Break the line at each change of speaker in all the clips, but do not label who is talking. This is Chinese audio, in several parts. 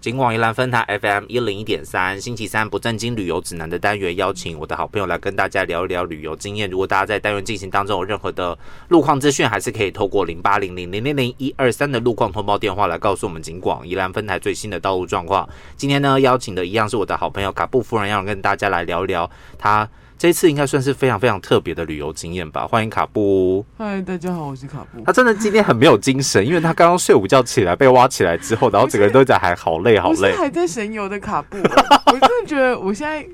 金广宜兰分台 FM 一零一点三，星期三不正经旅游指南的单元，邀请我的好朋友来跟大家聊一聊旅游经验。如果大家在单元进行当中有任何的路况资讯，还是可以透过零八零零零零零一二三的路况通报电话来告诉我们金广宜兰分台最新的道路状况。今天呢，邀请的一样是我的好朋友卡布夫人，要跟大家来聊一聊他。这次应该算是非常非常特别的旅游经验吧。欢迎卡布，
嗨，大家好，我是卡布。
他真的今天很没有精神，因为他刚刚睡午觉起来被挖起来之后，然后整个人都在还好累好
我
累
是。还在神游的卡布，我真的觉得我 现在，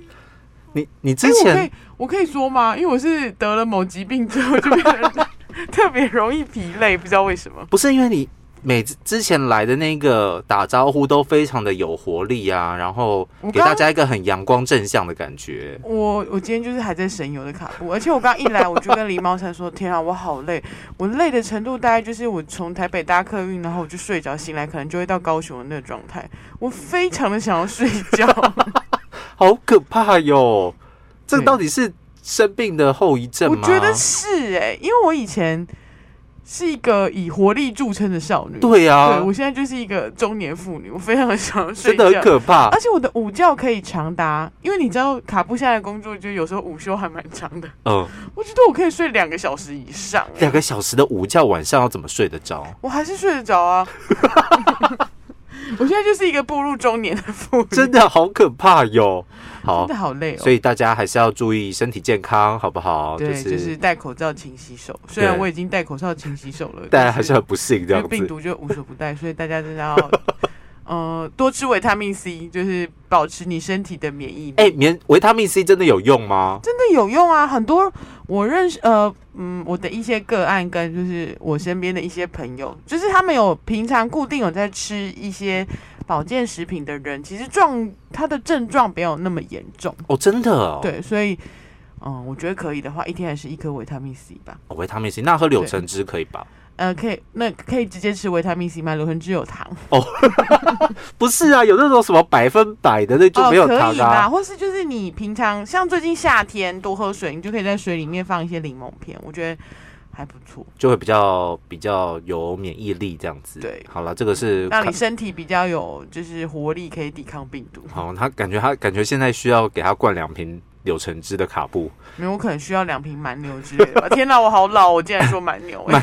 你你之
哎，我可
前
以我可以说吗？因为我是得了某疾病之后就变得 特别容易疲累，不知道为什么。
不是因为你每次之前来的那个打招呼都非常的有活力啊，然后
我
给
刚
大家一个很阳光正向的感觉。
我我今天就是还在神游的卡布，而且我刚一来我就跟狸猫山说：“天啊，我好累！我累的程度大概就是我从台北搭客运，然后我就睡着，醒来可能就会到高雄的那个状态。我非常的想要睡觉。
好可怕哟！这
对
到底是生病的后遗症
我
吗？
觉得是哎、因为我以前是一个以活力著称的少女，
对啊
对，我现在就是一个中年妇女，我非常想要睡
真
觉，啊
的很可怕
而。且我的午觉可以长达，因为你知道卡布现在的工作，就有时候午休还蛮长的，
嗯，
我觉得我可以睡两个小时以上、欸
两个小时的午觉晚上要怎么睡得 着？
我还是睡得着啊。 我现在就是一个步入中年的妇女，
真的好可怕哟！好
真的，好累哦。
所以大家还是要注意身体健康，好不好？
对，
是，
就是戴口罩、勤洗手。虽然
对
我已经戴口罩、勤 洗手了，
大家还是很不幸这
因为
样
病
子。
毒就无所不在，所以大家真的要，呃，多吃维他命 C，就是保持你身体的免疫力。
哎，免维他命 C 真的有用吗？
真的有用啊！很多我认识，呃，嗯，我的一些个案跟就是我身边的一些朋友，就是他们有平常固定有在吃一些保健食品的人，其实状他的症状没有那么严重。
哦，真的哦。
对，所以，嗯、我觉得可以的话，一天还是一颗维他命 C 吧。
哦，维他命 C，那喝柳橙汁可以吧？
呃，可以，那可以直接吃维他命 C 吗？柳橙汁有糖。
不是啊，有那种什么百分百的那 就没有
哦、可
糖
以啦，
啊。
或是就是你平常像最近夏天多喝水，你就可以在水里面放一些柠檬片，我觉得还不错，
就会比较比较有免疫力这样子。
对
好了，这个是
让你身体比较有就是活力，可以抵抗病毒。
好，他感觉他感觉现在需要给他灌两瓶柳橙汁的卡布。
没有，我可能需要两瓶蛮牛之类的 吧。天哪，我好老，我竟然说蛮牛、 欸，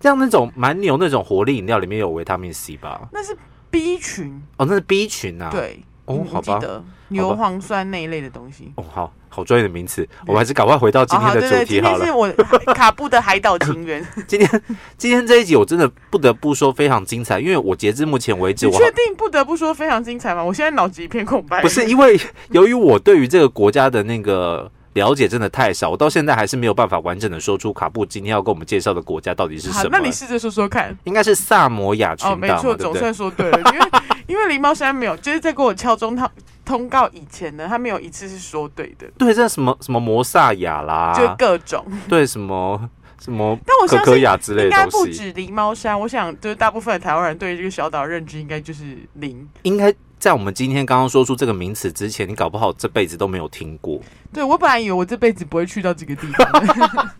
像那种蛮牛那种活力饮料里面有维他命 C 吧？
那是 B 群，
哦，那是 B 群啊。。
对，
哦
你
好吧
记得牛磺酸那一类的东西。
哦，好好专业的名词，我们还是赶快回到今
哦，
天
好，
的
对对，
主题
今
啊好了。
天是我 卡布的海岛 情缘。
今天今天这一集我真的不得不说非常精彩，因为我截至目前为止，
你
我
确定不得不说非常精彩吗？我现在脑子一片空白。
不是因为由于我对于这个国家的那个了解真的太少，我到现在还是没有办法完整的说出卡布今天要跟我们介绍的国家到底是
好
什，么
那。你试着说说看。
应该是萨摩亚群
哦，没
岛嘛，
错，
对不
总
对？
算说对了， 因为因为狸猫山没有，就是在跟我敲钟通通告以前呢，他没有一次是说对的，
对，这什么什么摩萨亚
就
啦，
各种。
对什么什么
但我
啊可
相
可
信
亚之类
应
的
该
东
不
西，
止狸猫山，我想就是大部分的台湾人对于这个小岛的认知应该就是零。
应该在我们今天刚刚说出这个名词之前，你搞不好这辈子都没有听过。
对我本来以为我这辈子不会去到这个地 方，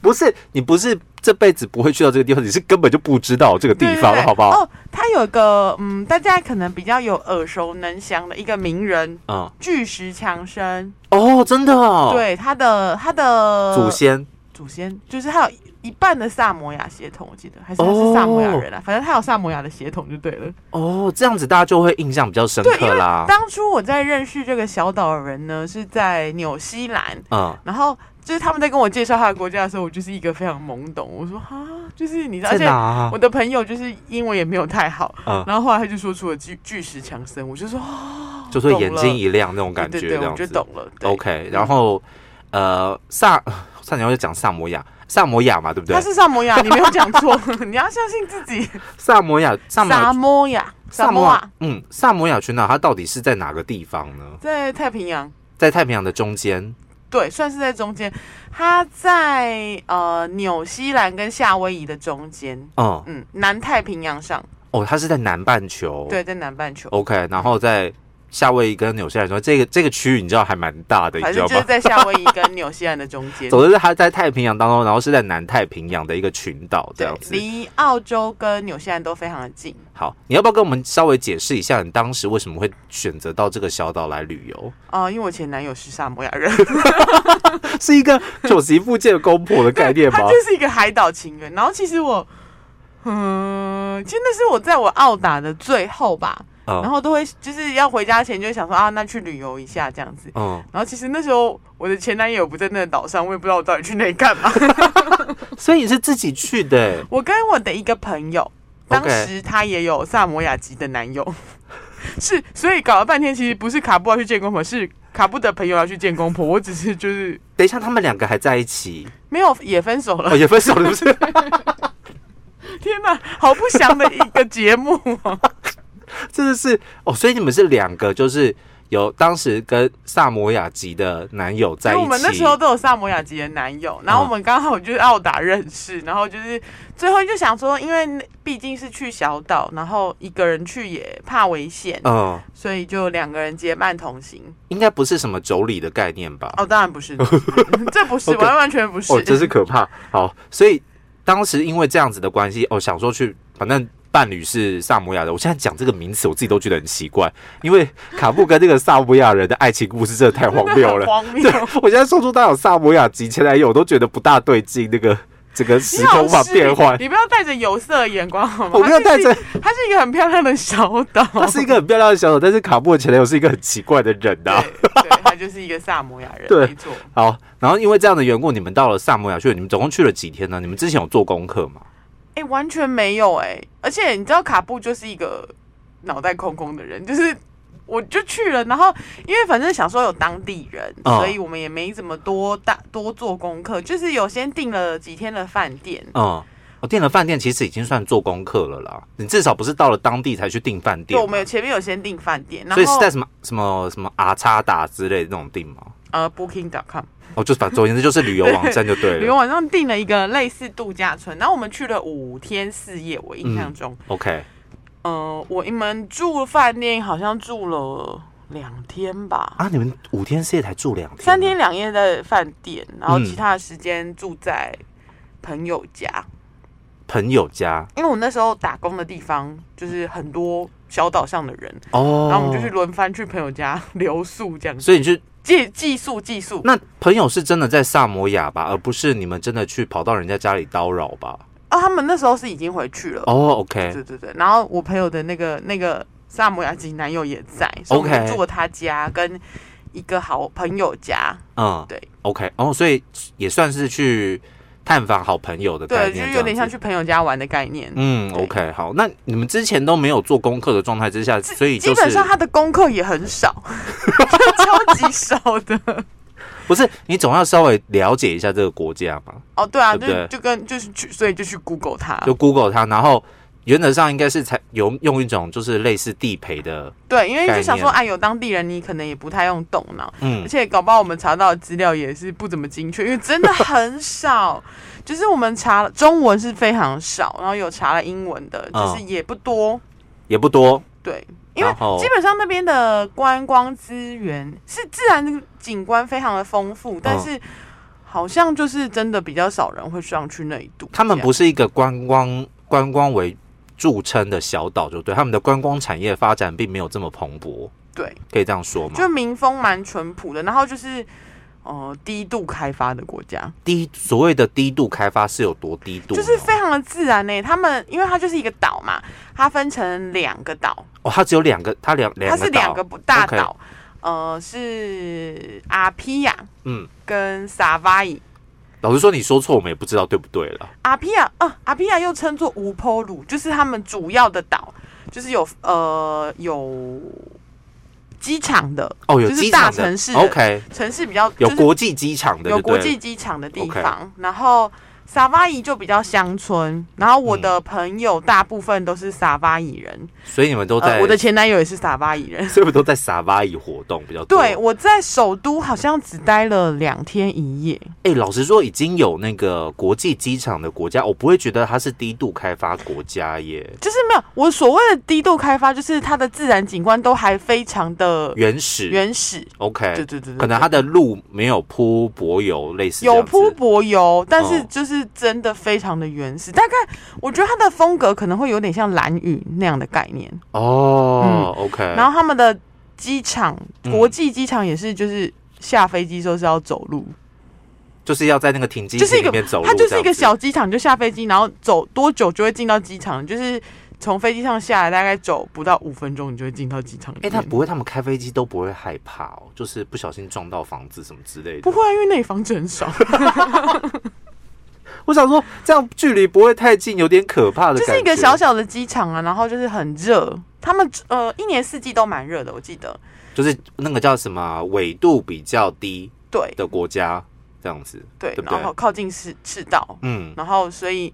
不是你不是这辈子不会去到这个地方，你是根本就不知道这个地
对对
方，
对
好不好？
哦，他有一个嗯，大家可能比较有耳熟能详的一个名人
嗯，
巨石强森，
哦，真的哦，，
对他的他的
祖先
祖先，就是他有一半的萨摩亚血统，我记得还是他是萨摩亚人啊，反正他有萨摩亚的血统就对了。
哦，这样子大家就会印象比较深刻啦。
当初我在认识这个小岛的人呢，是在纽西兰，
嗯，
然后就是他们在跟我介绍他的国家的时候，我就是一个非常懵懂，我说哈，就是你知道，
在
而且
哪啊
我？的哦朋友就是英文也没有太好，
嗯，
然后后来他就说出了巨巨石强森，我就说哦，
就说眼睛一亮那种
对
感觉，
对
这
对，我
样
就
子。
懂了。对嗯
OK，然后呃，萨 上你要讲萨摩亚，萨摩亚嘛，对不对
他？是萨摩亚，你没有 讲错，你要相信自己。
萨摩亚，萨摩
萨
亚，
摩亚，萨摩啊亚
亚，嗯，萨摩亚群岛它到底是在哪个地方呢？
在太平洋。
在太平洋的中间。
对，算是在中间。它在呃纽西兰跟夏威夷的中间，
嗯，
嗯，南太平洋上，
哦哦，它是在南半球。
对，在南半球。
OK，然后在夏威夷跟纽西兰说，这个这个区域你知道还蛮大的，你
反
知道
正就是
吗？
在夏威夷跟纽西兰的中间，
总之，它在太平洋当中，然后是在南太平洋的一个群岛这
对
样，子。
离澳洲跟纽西兰都非常的近。
好，你要不要跟我们稍微解释一下，你当时为什么会选择到这个小岛来旅游？
哦、因为我前男友是萨摩亚人，
是一个九十一附近的公婆的概念
他
吗？哦
就是一个海岛情缘。然后其实我，嗯，其实那是我在我澳打的最后吧，然
嗯
后都会就是要回家前就会想说啊，那去旅游一下这样子。
嗯，
然后其实那时候我的前男友不在那个岛上，我也不知道我到底去那里干 嘛。
所以你是自己去的欸、
我跟我的一个朋友，当
OK
时他也有萨摩亚籍的男友， 是，所以搞了半天，其实不是卡布要去见公婆，是卡布的朋友要去见公婆。我只是就是
等一下，他们两个还在一起，
没有也分手了
哦，。也分手了，不是？
天哪，好不祥的一个节目哦！
真的是哦，所以你们是两个，就是有当时跟萨摩亚籍的男友 在
因
一
为
起。哦
我们那时候都有萨摩亚籍的男友，然后我们刚好就是澳打认识，然后就是最后就想说，因为那毕竟是去小岛，然后一个人去也怕危险，
嗯，
所以就两个人结伴同行。
应该不是什么妯娌的概念吧？
哦，当然不 是，这不是
OK
完完全不是，
哦，真是可怕。好，所以当时因为这样子的关系，哦，想说去，反正伴侣是萨摩亚的。我现在讲这个名词，我自己都觉得很奇怪，因为卡布跟这个萨摩亚人的爱情故事真的太荒
真的
谬
很
了。
荒谬
对。， 我现在说出他有萨摩亚籍前男友，我都觉得不大对劲，那个整个时
你好
空无法
失礼
变换。
你不要带着有色的眼光好吗？
我没有带着，
它是一，它哦是一个很漂亮的小岛，
他是一个很漂亮的小丑，但是卡布的前男友是一个很奇怪的人呐、
对，对，他就是一个萨摩亚 人，
对
没错。
好，然后因为这样的缘故，你们到了萨摩亚去，你们总共去了几天呢？你们之前有做功课吗？
哎、完全没有哎、而且你知道卡布就是一个脑袋空空的人，就是我就去了，然后因为反正想说有当地人，
哦
所以我们也没怎么多大多做功课，就是有先订了几天的饭店，
嗯，我订了饭店，其实已经算做功课了啦。你至少不是到了当地才去订饭店
对，
嘛，
我们有前面有先订饭店，然
所以是
后
在什么什么什么阿叉达之类的那种订吗？
呃 Booking.com，
哦，就反总而言之就是旅游网站就对
旅
了。
游晚上订了一个类似度假村，然后我们去了五天四夜，我印
嗯
象中，
OK，
呃，我你们住饭店好像住了两天吧，
啊，你们五天四夜才住两天，啊
三天，两夜在饭店，然后
嗯
其他的时间住在朋友家，
朋友家
因为我那时候打工的地方就是很多小岛上的人，
哦，
然后我们就去，轮番去朋友家留宿这样子，
所以你去
寄寄宿寄宿。
那朋友是真的在萨摩亚吧，而不是你们真的去跑到人家家里叨扰吧？
啊，他们那时候是已经回去了，
哦、
对
o
对对，然后我朋友的那个那个萨摩亚籍男友也在，所以我们
OK
住了他家跟一个好朋友家，
k 嗯，
对
，OK，哦，所以也算是去探访好朋友的概
对，
念，
就是
这
有
样
点像
子。
去朋友家玩的概念。
嗯
对
，OK，好，那你们之前都没有做功课的状态之下，所以
基
就是
本上他的功课也很少， 超级少的。
不是你总要稍微了解一下这个国家嘛，
哦，对啊，
对不对
就就跟就是去，所以就去 Google 它。
就 Google 它，然后原则上应该是才有用一种就是类似地陪的，
对，因为
概
就想说，
念
哎，有当地人，你可能也不太用动脑，而
嗯，
且搞不好我们查到的资料也是不怎么精确，因为真 的很少。就是我们查了中文是非常少，然后有查了英文的，
嗯
就是也不多。
也不多，
对，因为
然后
基本上那边的观光资源是自然景观非常的丰富，但
嗯
是好像就是真的比较少人会上去那一度。
他们
这样
不是一个观光观光为著称的小岛，就对他们的观光产业发展并没有这么蓬勃，
对，
可以这样说吗？
就民风蛮淳朴的，然后就是呃低度开发的国家，
低所谓的低度开发是有多低度呢？
就是非常的自然呢、他们因为它就是一个岛嘛，它分成两个岛，
哦，它只有两个，它两两
它
个
是两
岛
个不大
OK
岛呃是阿皮亚
嗯，
跟萨瓦伊。
老实说，你说错我们也不知道对不对了。
阿皮亚啊，阿皮亚又称作乌波鲁，就是他们主要的岛，就是有呃有机场的
哦，有
就是
机场
大
的
城市的
o k
城市比较
有
就是
国际机场的，
有
对不对
国际机场的地方，然后萨瓦伊就比较乡村，然后
嗯
我的朋友大部分都是萨瓦伊人，
所以你们都在，
呃，我的前男友也是萨瓦伊人。
所以我们都在撒巴以活动比较多。
对，我在首都好像只待了两天一夜，
哎、老实说，已经有那个国际机场的国家，我不会觉得它是低度开发国家耶，
就是没有我所谓的低度开发，就是它的自然景观都还非常的
原始。
原始。
OK，
对对对对，对
可能它的路没有铺柏油，类似这
有
样子
铺柏油，但是
哦
就是真的非常的原始。大概我觉得它的风格可能会有点像蓝雨那样的概念。
哦、o k
嗯然后他们的机场，
嗯
国际机场也是，就是下飞机之后是要走路，
就是要在那个停机
就是
坪
一个
里面走路，
它就是
这
一个
样子
小机场，你就下飞机，然后走多久就会进到机场，就是从飞机上下来，大概走不到五分钟，你就会进到机场里
哎、
面。
他不会，他们开飞机都不会害怕哦，就是不小心撞到房子什么之类的。
不会啊，因为那里房子很少，
我想说，这样距离不会太近，有点可怕的
就
感觉。
是一个小，小的机场啊，然后就是很热，他们呃一年四季都蛮热的，我记得。
就是那个叫什么啊纬度比较低
对
的国家，这样子。
对，
对不对
然后靠近赤赤道，
嗯，
然后所以。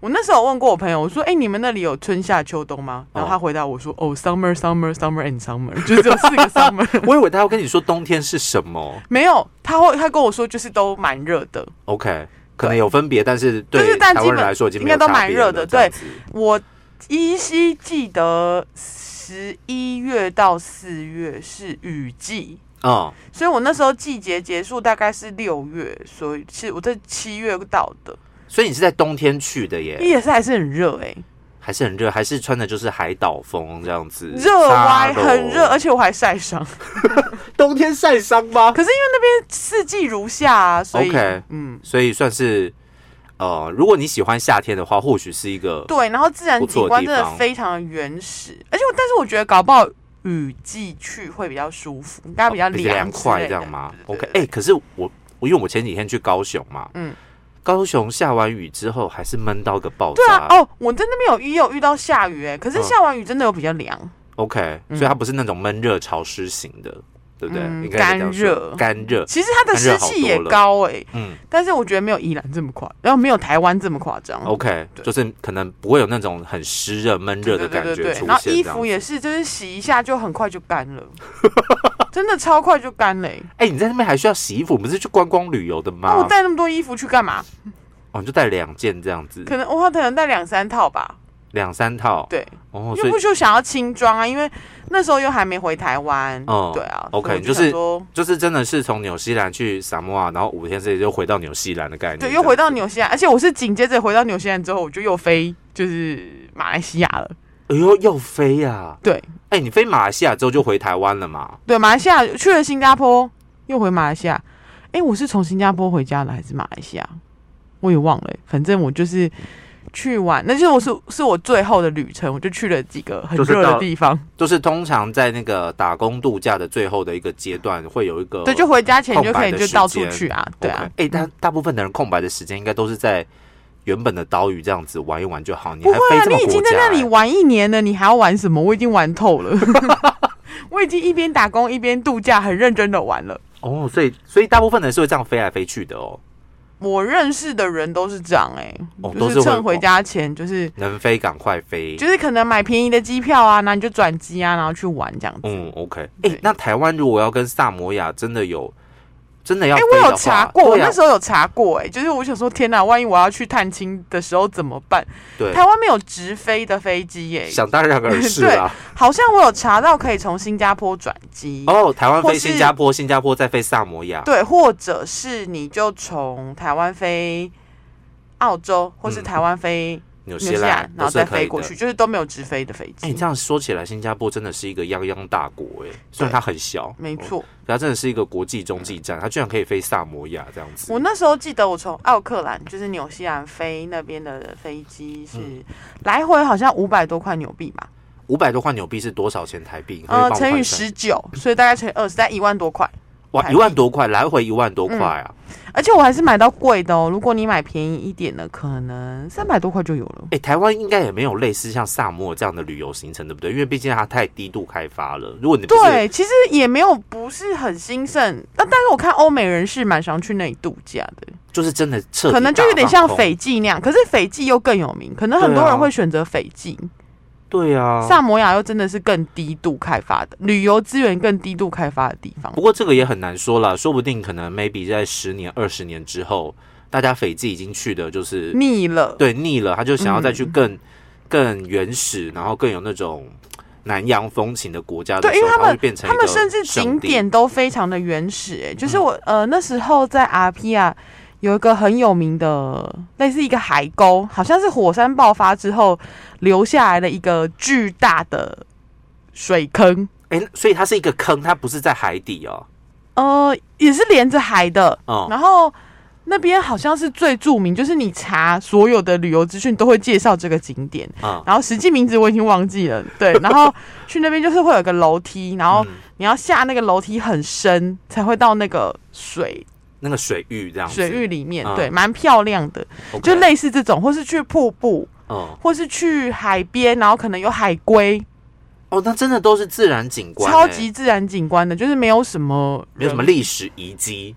我那时候有问过我朋友，我说：“哎、你们那里有春夏秋冬吗？”然后他回答我说：“哦，summer, summer, summer and summer，就 只有四个 summer。
我以为他要跟你说冬天是什么”
没有，他会他跟我说就是都蛮热的。
，OK，可能有分别，但是
就
对
是但
台湾
基
人
本
来说已经
应
没有
该都
差
蛮
别
热
了
的
这样
对
子
我依稀记得十一月到四月是雨季，
嗯，
所以我那时候季节结束大概是六月，所以是我在七月到的，
所以你是在冬天去的耶，
也是还是很热哎、
还是很热，还是穿的就是海岛风这样子，
热歪
沙漏
很热，而且我还晒伤。
冬天晒伤吗？
可是因为那边四季如夏、啊，所以
OK
嗯，
所以算是，呃，如果你喜欢夏天的话，或许是一个
对，然后自然
不错
景
的
观
地
真的
方
非常的原始，而且我但是我觉得搞不好雨季去会比较舒服，大家比较凉
哦凉
之
快
类
这样
的
吗
对
？OK，
对对
哎、可是我我因为我前几天去高雄嘛，
嗯
高雄下完雨之后还是闷到个爆
对
炸。
啊，哦，我在那边有遇有遇到下雨哎、可是
嗯
下完雨真的有比较凉，
OK，、
嗯
所以它不是那种闷热潮湿型的，对不对？
嗯
应该是这样说
干热
干热，
其实它的
但热
湿
好
气
多
也
了
高哎、
嗯
但是我觉得没有宜兰这么夸，然后没有台湾这么夸张。
，OK，
嗯对
就是可能不会有那种很湿热闷哦热的
对对
感
对
觉
对
出现。
对，然后衣
这样
服也是，就是洗一下就很快就干了，真的超快就干嘞、
哎、你在那边还需要洗衣服？不是去观光旅游的
那我
吗？
带那么多衣服去干嘛？
哦，你就带两件这样子，
可能我可能带两三套吧，
两三套。
对，
哦，
因
所
为
以
不就想要轻装啊，因为那时候又还没回台湾，
嗯
对啊
OK，
所以我
就
就是想说
就是真的是从纽西兰去萨摩亚，然后五天之内就回到纽西兰的概念。
对，又回
这
到
样
纽西兰，而且我是紧接着回到纽西兰之后，我就又飞就是马来西亚了，
子，哎呦，又飞呀、
对
哎、你飞马来西亚之后就回台湾了嘛？
对，马来西亚去了新加坡，又回马来西亚，哎、我是从新加坡回家的还是马来西亚？我也忘了、欸反正我就是去玩，那就是我是是我最后的旅程，我就去了几个很
就是
热
到
的地方，
就是通常在那个打工度假的最后的一个阶段，会有一个
对，就回家前就可
呃空白
以
的
就
时
到处
间
去啊，对啊
OK，哎、大大部分的人空白的时间应该都是在原本的岛屿这样子玩一玩就好。你
不
还
会
飞
啊，
这么
你已经
国
在
家、
那里
哎
玩一年了，你还要玩什么？我已经玩透了， 我已经一边打工一边度假，很认真的玩了。
哦，所以所以大部分人是会这样飞来飞去的哦，
我认识的人都是这样哎、
哦
就
都是会哦
趁回家前，就是
能飞赶快飞。
就是可能买便宜的机票啊，那你就转机啊，然后去玩这样子。
嗯，OK，哎、
对
那台湾如果要跟萨摩亚真的有真的要
哎、
飞的
我
话，
有查过，我
对啊
那时候有查过、哎，就是我想说，天哪，万一我要去探亲的时候怎么办？
对哎
台湾没有直飞的飞机耶、
想当然而是啊啦。
好像我有查到可以从新加坡转机
哦，台湾
或
飞
是
新加坡，新加坡再飞萨摩亚。
对，或者是你就从台湾飞澳洲，或是
嗯
台湾飞
纽
纽
西
西兰
兰，，
然后再飞过
过去。
去，就是都没有直飞的飞
哎、你
机
这。样说起来，新加坡真的是一个泱泱大国哎、虽然它很小，
没
嗯，
错，
可它真的是一个国际中继站，它居然可以飞萨摩亚这样子
我。那时候记得我从奥克兰，就是纽西兰飞那边的飞机是、
嗯
来回好像五百多块纽币吧，
五百多块纽币是多少钱台币？你可以帮
呃
我，
乘以
换算，
十九，所以大概乘以二十，在一万多块。
哇，
台
一
币
万多块，来回一万多块啊！
而且我还是买到贵的哦，如果你买便宜一点的，可能三百多块就有了。
哎、台湾应该也没有类似像萨摩这样的旅游行程，对不对？因为毕竟它太低度开发了。如果你不是
对，其实啊也没有不是很兴盛，但但是我看欧美人是蛮常去那里度假的。
就是真的彻底
可能就有点像
大放空
斐济那样，可是斐济又更有名，可能很
对啊
多人会选择斐济。
嗯对啊，
萨摩亚又真的是更低度开发的旅游资源更低度开发的地方
不。过这个也很难说啦，说不定可能 maybe 在十年、二十年之后，大家斐济已经去的就是
腻了，
对腻了，他就想要再去
嗯
更、更原始，然后更有那种南洋风情的国家的
对，
时
因
候，
为他
它会
们
变成
他
一
们
个
甚至
圣
景
地嗯
点都非常的原始、哎，就是我、呃那时候在阿皮亚有一个很有名的类似一个海沟，好像是火山爆发之后留下来的一个巨大的水坑，
哎、所以它是一个坑，它不是在海底哦。
呃，也是连着海的，
嗯，
然后。那边好像是最著名，就是你查所有的旅游资讯都会介绍这个景点，
嗯，
然后实际名字我已经忘记了，对，然后去那边就是会有个楼梯，然后
嗯
你要下那个楼梯很深才会到那个水
那个水域这样子，
水域里面，
嗯
对，蛮漂亮的，
OK
就类似这种，或是去瀑布，
嗯
或是去海边，然后可能有海龟，
哦，那真的都是自然景观、
超
哎
级自然景观的，就是没有什么
没有什么
人
历史遗迹，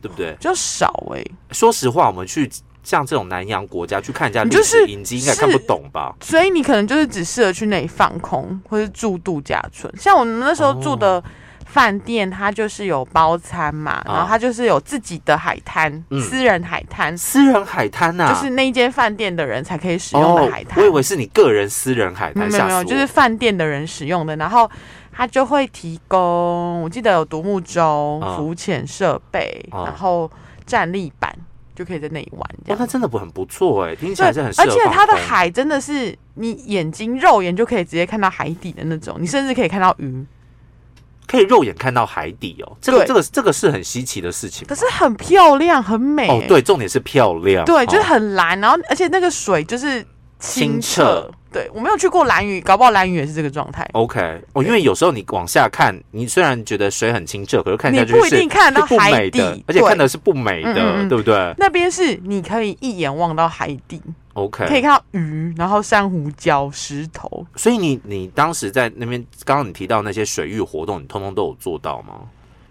对不对
比？较少哎、
说实话，我们去像这种南洋国家去看一下
你
历
就
史
是
遗迹，应该看不
是
懂吧？
所以你可能就是只适合去那里放空，或是住度假村。像我们那时候住的饭店，它就是有包餐嘛，
哦啊
然后它就是有自己的海滩，
嗯
私人海滩，
私人海滩呐、
就是那一间饭店的人才可以使用的海滩。
哦。我以为是你个人私人海
没
滩，
有没有
吓
没
死
有，
我！
就是饭店的人使用的，然后。它就会提供，我记得有独木舟、
啊
浮潜设备，
啊
然后站立板，就可以在那里玩。这
哇，
样
哦那真的不很不错哎，听起
对，
来是很适合
而且它的
放空
海真的是你眼睛肉眼就可以直接看到海底的那种，你甚至可以看到鱼，
可以肉眼看到海底哦，这个
对
这个这个是很稀奇的事情
可是很漂亮，很美、
哦。对，重点是漂亮，
对，就是
哦
很蓝，然后而且那个水就是清澈。
清澈
对我没有去过蓝屿，搞不好蓝屿也是这个状态。
OK 哦，因为有时候你往下看，你虽然觉得水很清澈，可是看下
你
去
不一
是
定看得到
是不
海
美
底
的，，而且
对
看的是不美的，
嗯嗯嗯
对不对
那边是你可以一眼望到海底，
？OK，
可以看到鱼，然后珊瑚礁、石头。
所以你你当时在那边，刚刚你提到那些水域活动，你通通都有做到吗？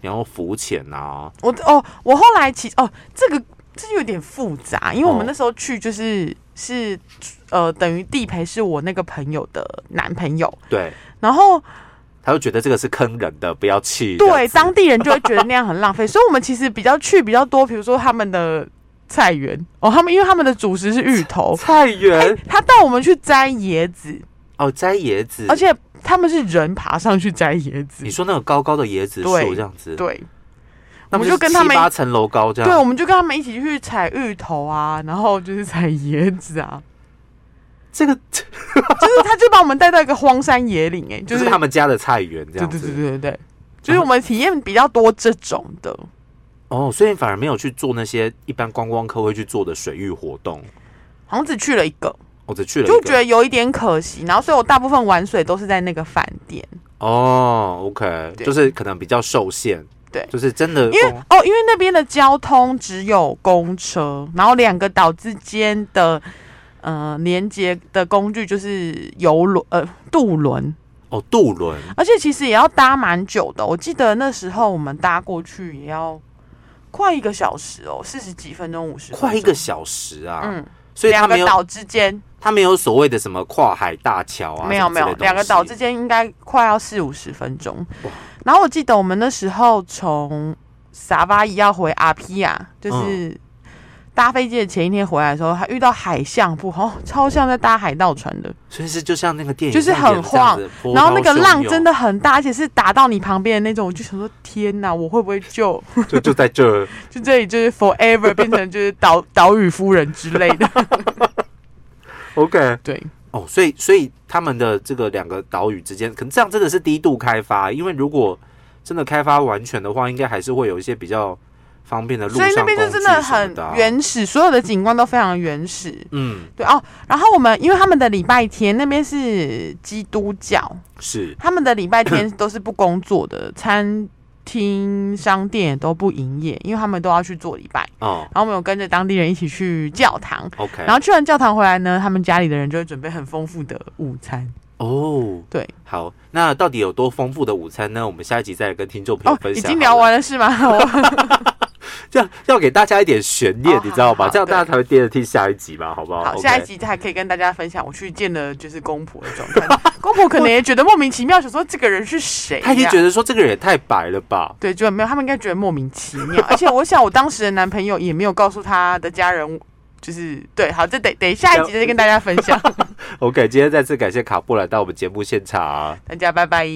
然后浮潜啊，
我哦，我后来其哦，这个这有点复杂，因为我们
哦
那时候去就是是呃，等于地陪是我那个朋友的男朋友，
对，
然后
他就觉得这个是坑人的，不要去。这样
对
子
当地人就会觉得那样很浪费，所以我们其实比较去比较多，比如说他们的菜园哦，他们因为他们的主食是芋头，
菜园
他带我们去摘椰子，
哦，摘椰子，
而且他们是人爬上去摘椰子
你，说那个高高的椰子树
对
这样子，
对
那
我们
不是
就跟他们
七八层楼高这
对，
样。
我们就跟他们一起去采芋头啊，然后就是采椰子啊。
这个
就是他就把我们带到一个荒山野岭，哎，
就
就是是
他们家的菜园这
对
样
对
子。
对对对 对，就是我们体验比较多这种的，
哦，所以反而没有去做那些一般观光客会去做的水域活动，
好像只去了一个，
我只去了一
就
个
觉得有一点可惜。然后，所以我大部分玩水都是在那个饭店，
哦，OK，
对
就是可能比较受限，
对
就是真的
因为
哦
哦，因为那边的交通只有公车，然后两个岛之间的。呃，连接的工具就是游轮，呃，渡轮，
哦渡轮
而且其实也要搭蛮久的。我记得那时候我们搭过去也要快一个小时哦，四十几分钟，五十
快一个小时啊，
嗯，
所以他
两
没
个
有
岛之间
他没有所谓的什么跨海大桥啊，
没有
什么
没
之类
有，
的东
两个岛
西
之间应该快要四五十分钟
哇。
然后我记得我们那时候从萨巴伊要回阿皮亚，
嗯
就是搭飞机的前一天回来的时候，还遇到海象不好，超像在搭海盗船的，
所以是就像那个电影
就是
上演
很
的这样
晃
子，波
然后那
涛
个
汹
浪
涌
真的很大，而且是打到你旁边的那种，我就想说天哪，我会不会就
就就在这 儿
就这里就是 forever 变成就是岛岛屿夫人之类的？
，OK。
对，
哦，所以所以他们的这个两个岛屿之间，可能这样真的是低度开发，因为如果真的开发完全的话，应该还是会有一些比较方便的路
所
上
以那
工具
边
什
就
么
真的很
的啊
原始，所有的景观都非常原始。
嗯，
对哦，然后我们因为他们的礼拜天那边是基督教，
是
他们的礼拜天都是不工作的，餐厅、商店也都不营业，因为他们都要去做礼拜。
哦
然后我们有跟着当地人一起去教堂，
，OK，
然后去完教堂回来呢，他们家里的人就会准备很丰富的午餐。
哦，
对，
好，那到底有多丰富的午餐呢？我们下一集再来跟听众朋
哦
友，分
已
享。
经聊，完了是吗？我
要要给大家一点悬念
哦，
你知道
好
吗？
好
这样大家才会接着听下一集嘛，好不好？
好，
OK
下一集还可以跟大家分享我去见了就是公婆的状态。 公婆可能也觉得莫名其妙，想说这个人是谁呀、
他已经觉得说这个人也太白了吧？
对，就没有，他们应该觉得莫名其妙。而且我想，我当时的男朋友也没有告诉他的家人，就是对，好，这得等下一集 再跟大家分享。
OK，今天再次感谢卡布来到我们节目现场。啊
大家拜拜。